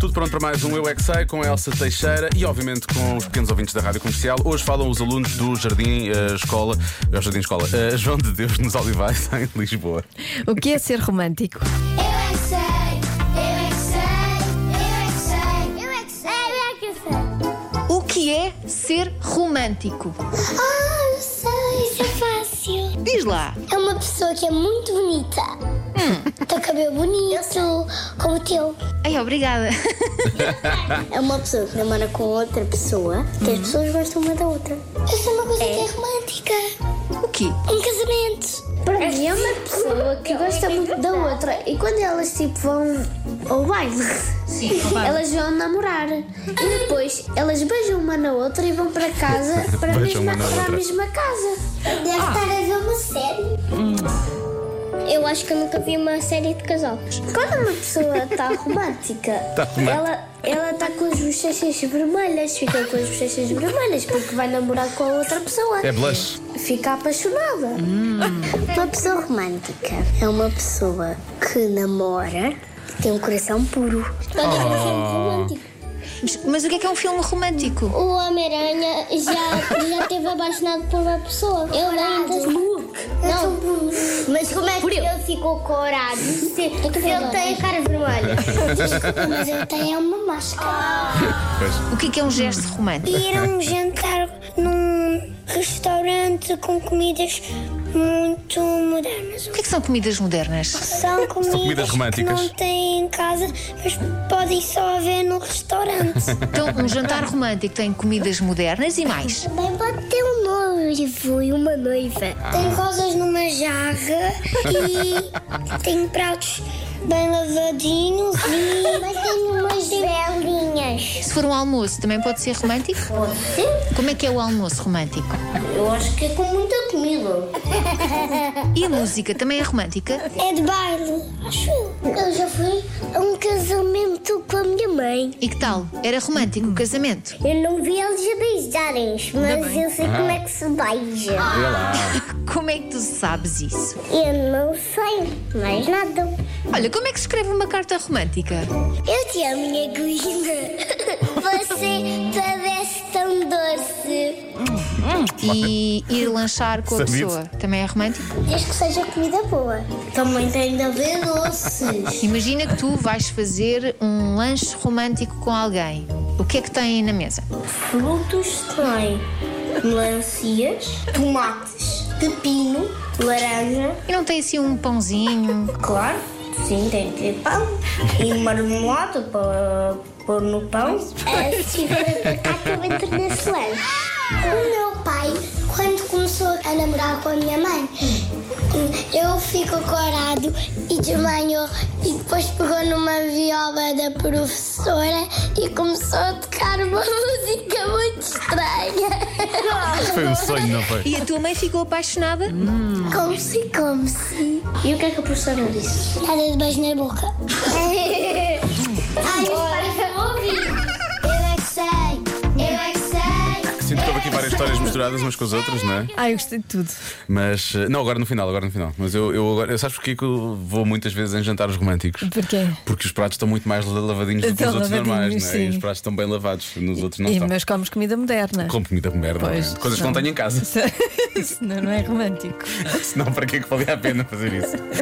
Tudo pronto para mais um Eu é que Sei, com a Elsa Teixeira e, obviamente, com os pequenos ouvintes da Rádio Comercial. Hoje falam os alunos do Jardim eh, Escola, eh, Jardim Escola, eh, João de Deus nos Olivais, em Lisboa. O que é ser romântico? Eu é que sei, eu é que sei, eu é que sei, eu é que sei, eu é que sei. O que é ser romântico? Ah, eu sei, isso é fácil. Diz lá. É uma pessoa que é muito bonita. Tem cabelo bonito, como o teu. Ai, obrigada. É uma pessoa que namora com outra pessoa, que as pessoas gostam uma da outra. Isso é uma coisa que é romântica. O quê? Um casamento. Para mim é uma pessoa que gosta muito da outra. E quando elas tipo vão ao baile, elas vão namorar. E depois elas beijam uma na outra e vão para casa para, a Beijam mesma, uma na para a outra. mesma casa. Deve estar a ver uma série. Eu acho que eu nunca vi uma série de casal. Quando uma pessoa está romântica, Tá romântica. ela ela está com as bochechas vermelhas, fica com as bochechas vermelhas porque vai namorar com a outra pessoa. É blush. Fica apaixonada. Uma pessoa romântica é uma pessoa que namora e tem um coração puro. Mas, mas o que é que é um filme romântico? O Homem-Aranha já, já esteve apaixonado por uma pessoa. Eu lembro. Luke. Não. Mas como é que ele ficou corado? Porque ele tem a cara vermelha. Ah. Desculpa, mas ele tem uma máscara. O que é que é um gesto romântico? ir a um jantar num restaurante com comidas muito modernas. O que é que são comidas modernas? São comidas, comidas românticas. que não têm em casa, mas podem só haver no restaurante. Então, um jantar romântico tem comidas modernas e mais. Também pode ter um noivo e uma noiva. Tem rosas numa jarra e tem pratos bem lavadinhos e. Mas tem umas velinhas. Se for um almoço, também pode ser romântico? Como é que é o almoço romântico? Eu acho que é com muita comida. E a música também é romântica? É de baile, acho eu. Eu já fui a um casamento com a minha mãe. E que tal? Era romântico o casamento? Eu não vi eles a beijarem, mas eu sei como é que se beija. Olha lá. Como é que tu sabes isso? Eu não sei mais nada. Olha, como é que se escreve uma carta romântica? Eu te amo, minha guinda. Você parece tão doce. E ir lanchar com a Sabido. pessoa também é romântico? Desde que seja comida boa. Também tem de haver doces. Imagina que tu vais fazer um lanche romântico com alguém. O que é que tem na mesa? Frutos tem melancias, tomates, pepino, laranja. E não tem assim um pãozinho? Claro, sim, tem que ter pão. E marmelada para pôr no pão. Se for abacate, eu entro nesse lance. O meu pai, quando começou a namorar com a minha mãe, eu fico corado e desmanhou. E depois pegou numa viola da professora e começou a tocar uma música muito estranha. Foi um sonho, não foi? E a tua mãe ficou apaixonada? Como se, como se. E o que é que a professora disse? Nada de beijo na boca. Ai, meus pais vão ouvir. Eu é que sei, eu é que sei. Sinto que houve aqui várias histórias misturadas umas com as outras, não é? Ai, Ah, eu gostei de tudo. Mas. eh, Não, agora no final, agora no final. Mas eu, eu agora. Sabes porquê que eu vou muitas vezes em jantares românticos? Porquê? Porque os pratos estão muito mais lavadinhos do que Estão os outros normais, lavadinhos, não é? E sim. os pratos estão bem lavados, nos outros não E, estão. mas comes comida moderna. Com comida de merda, Pois, não é? coisas que não. não tenho em casa. Senão não é romântico. Senão, para que é que valia a pena fazer isso?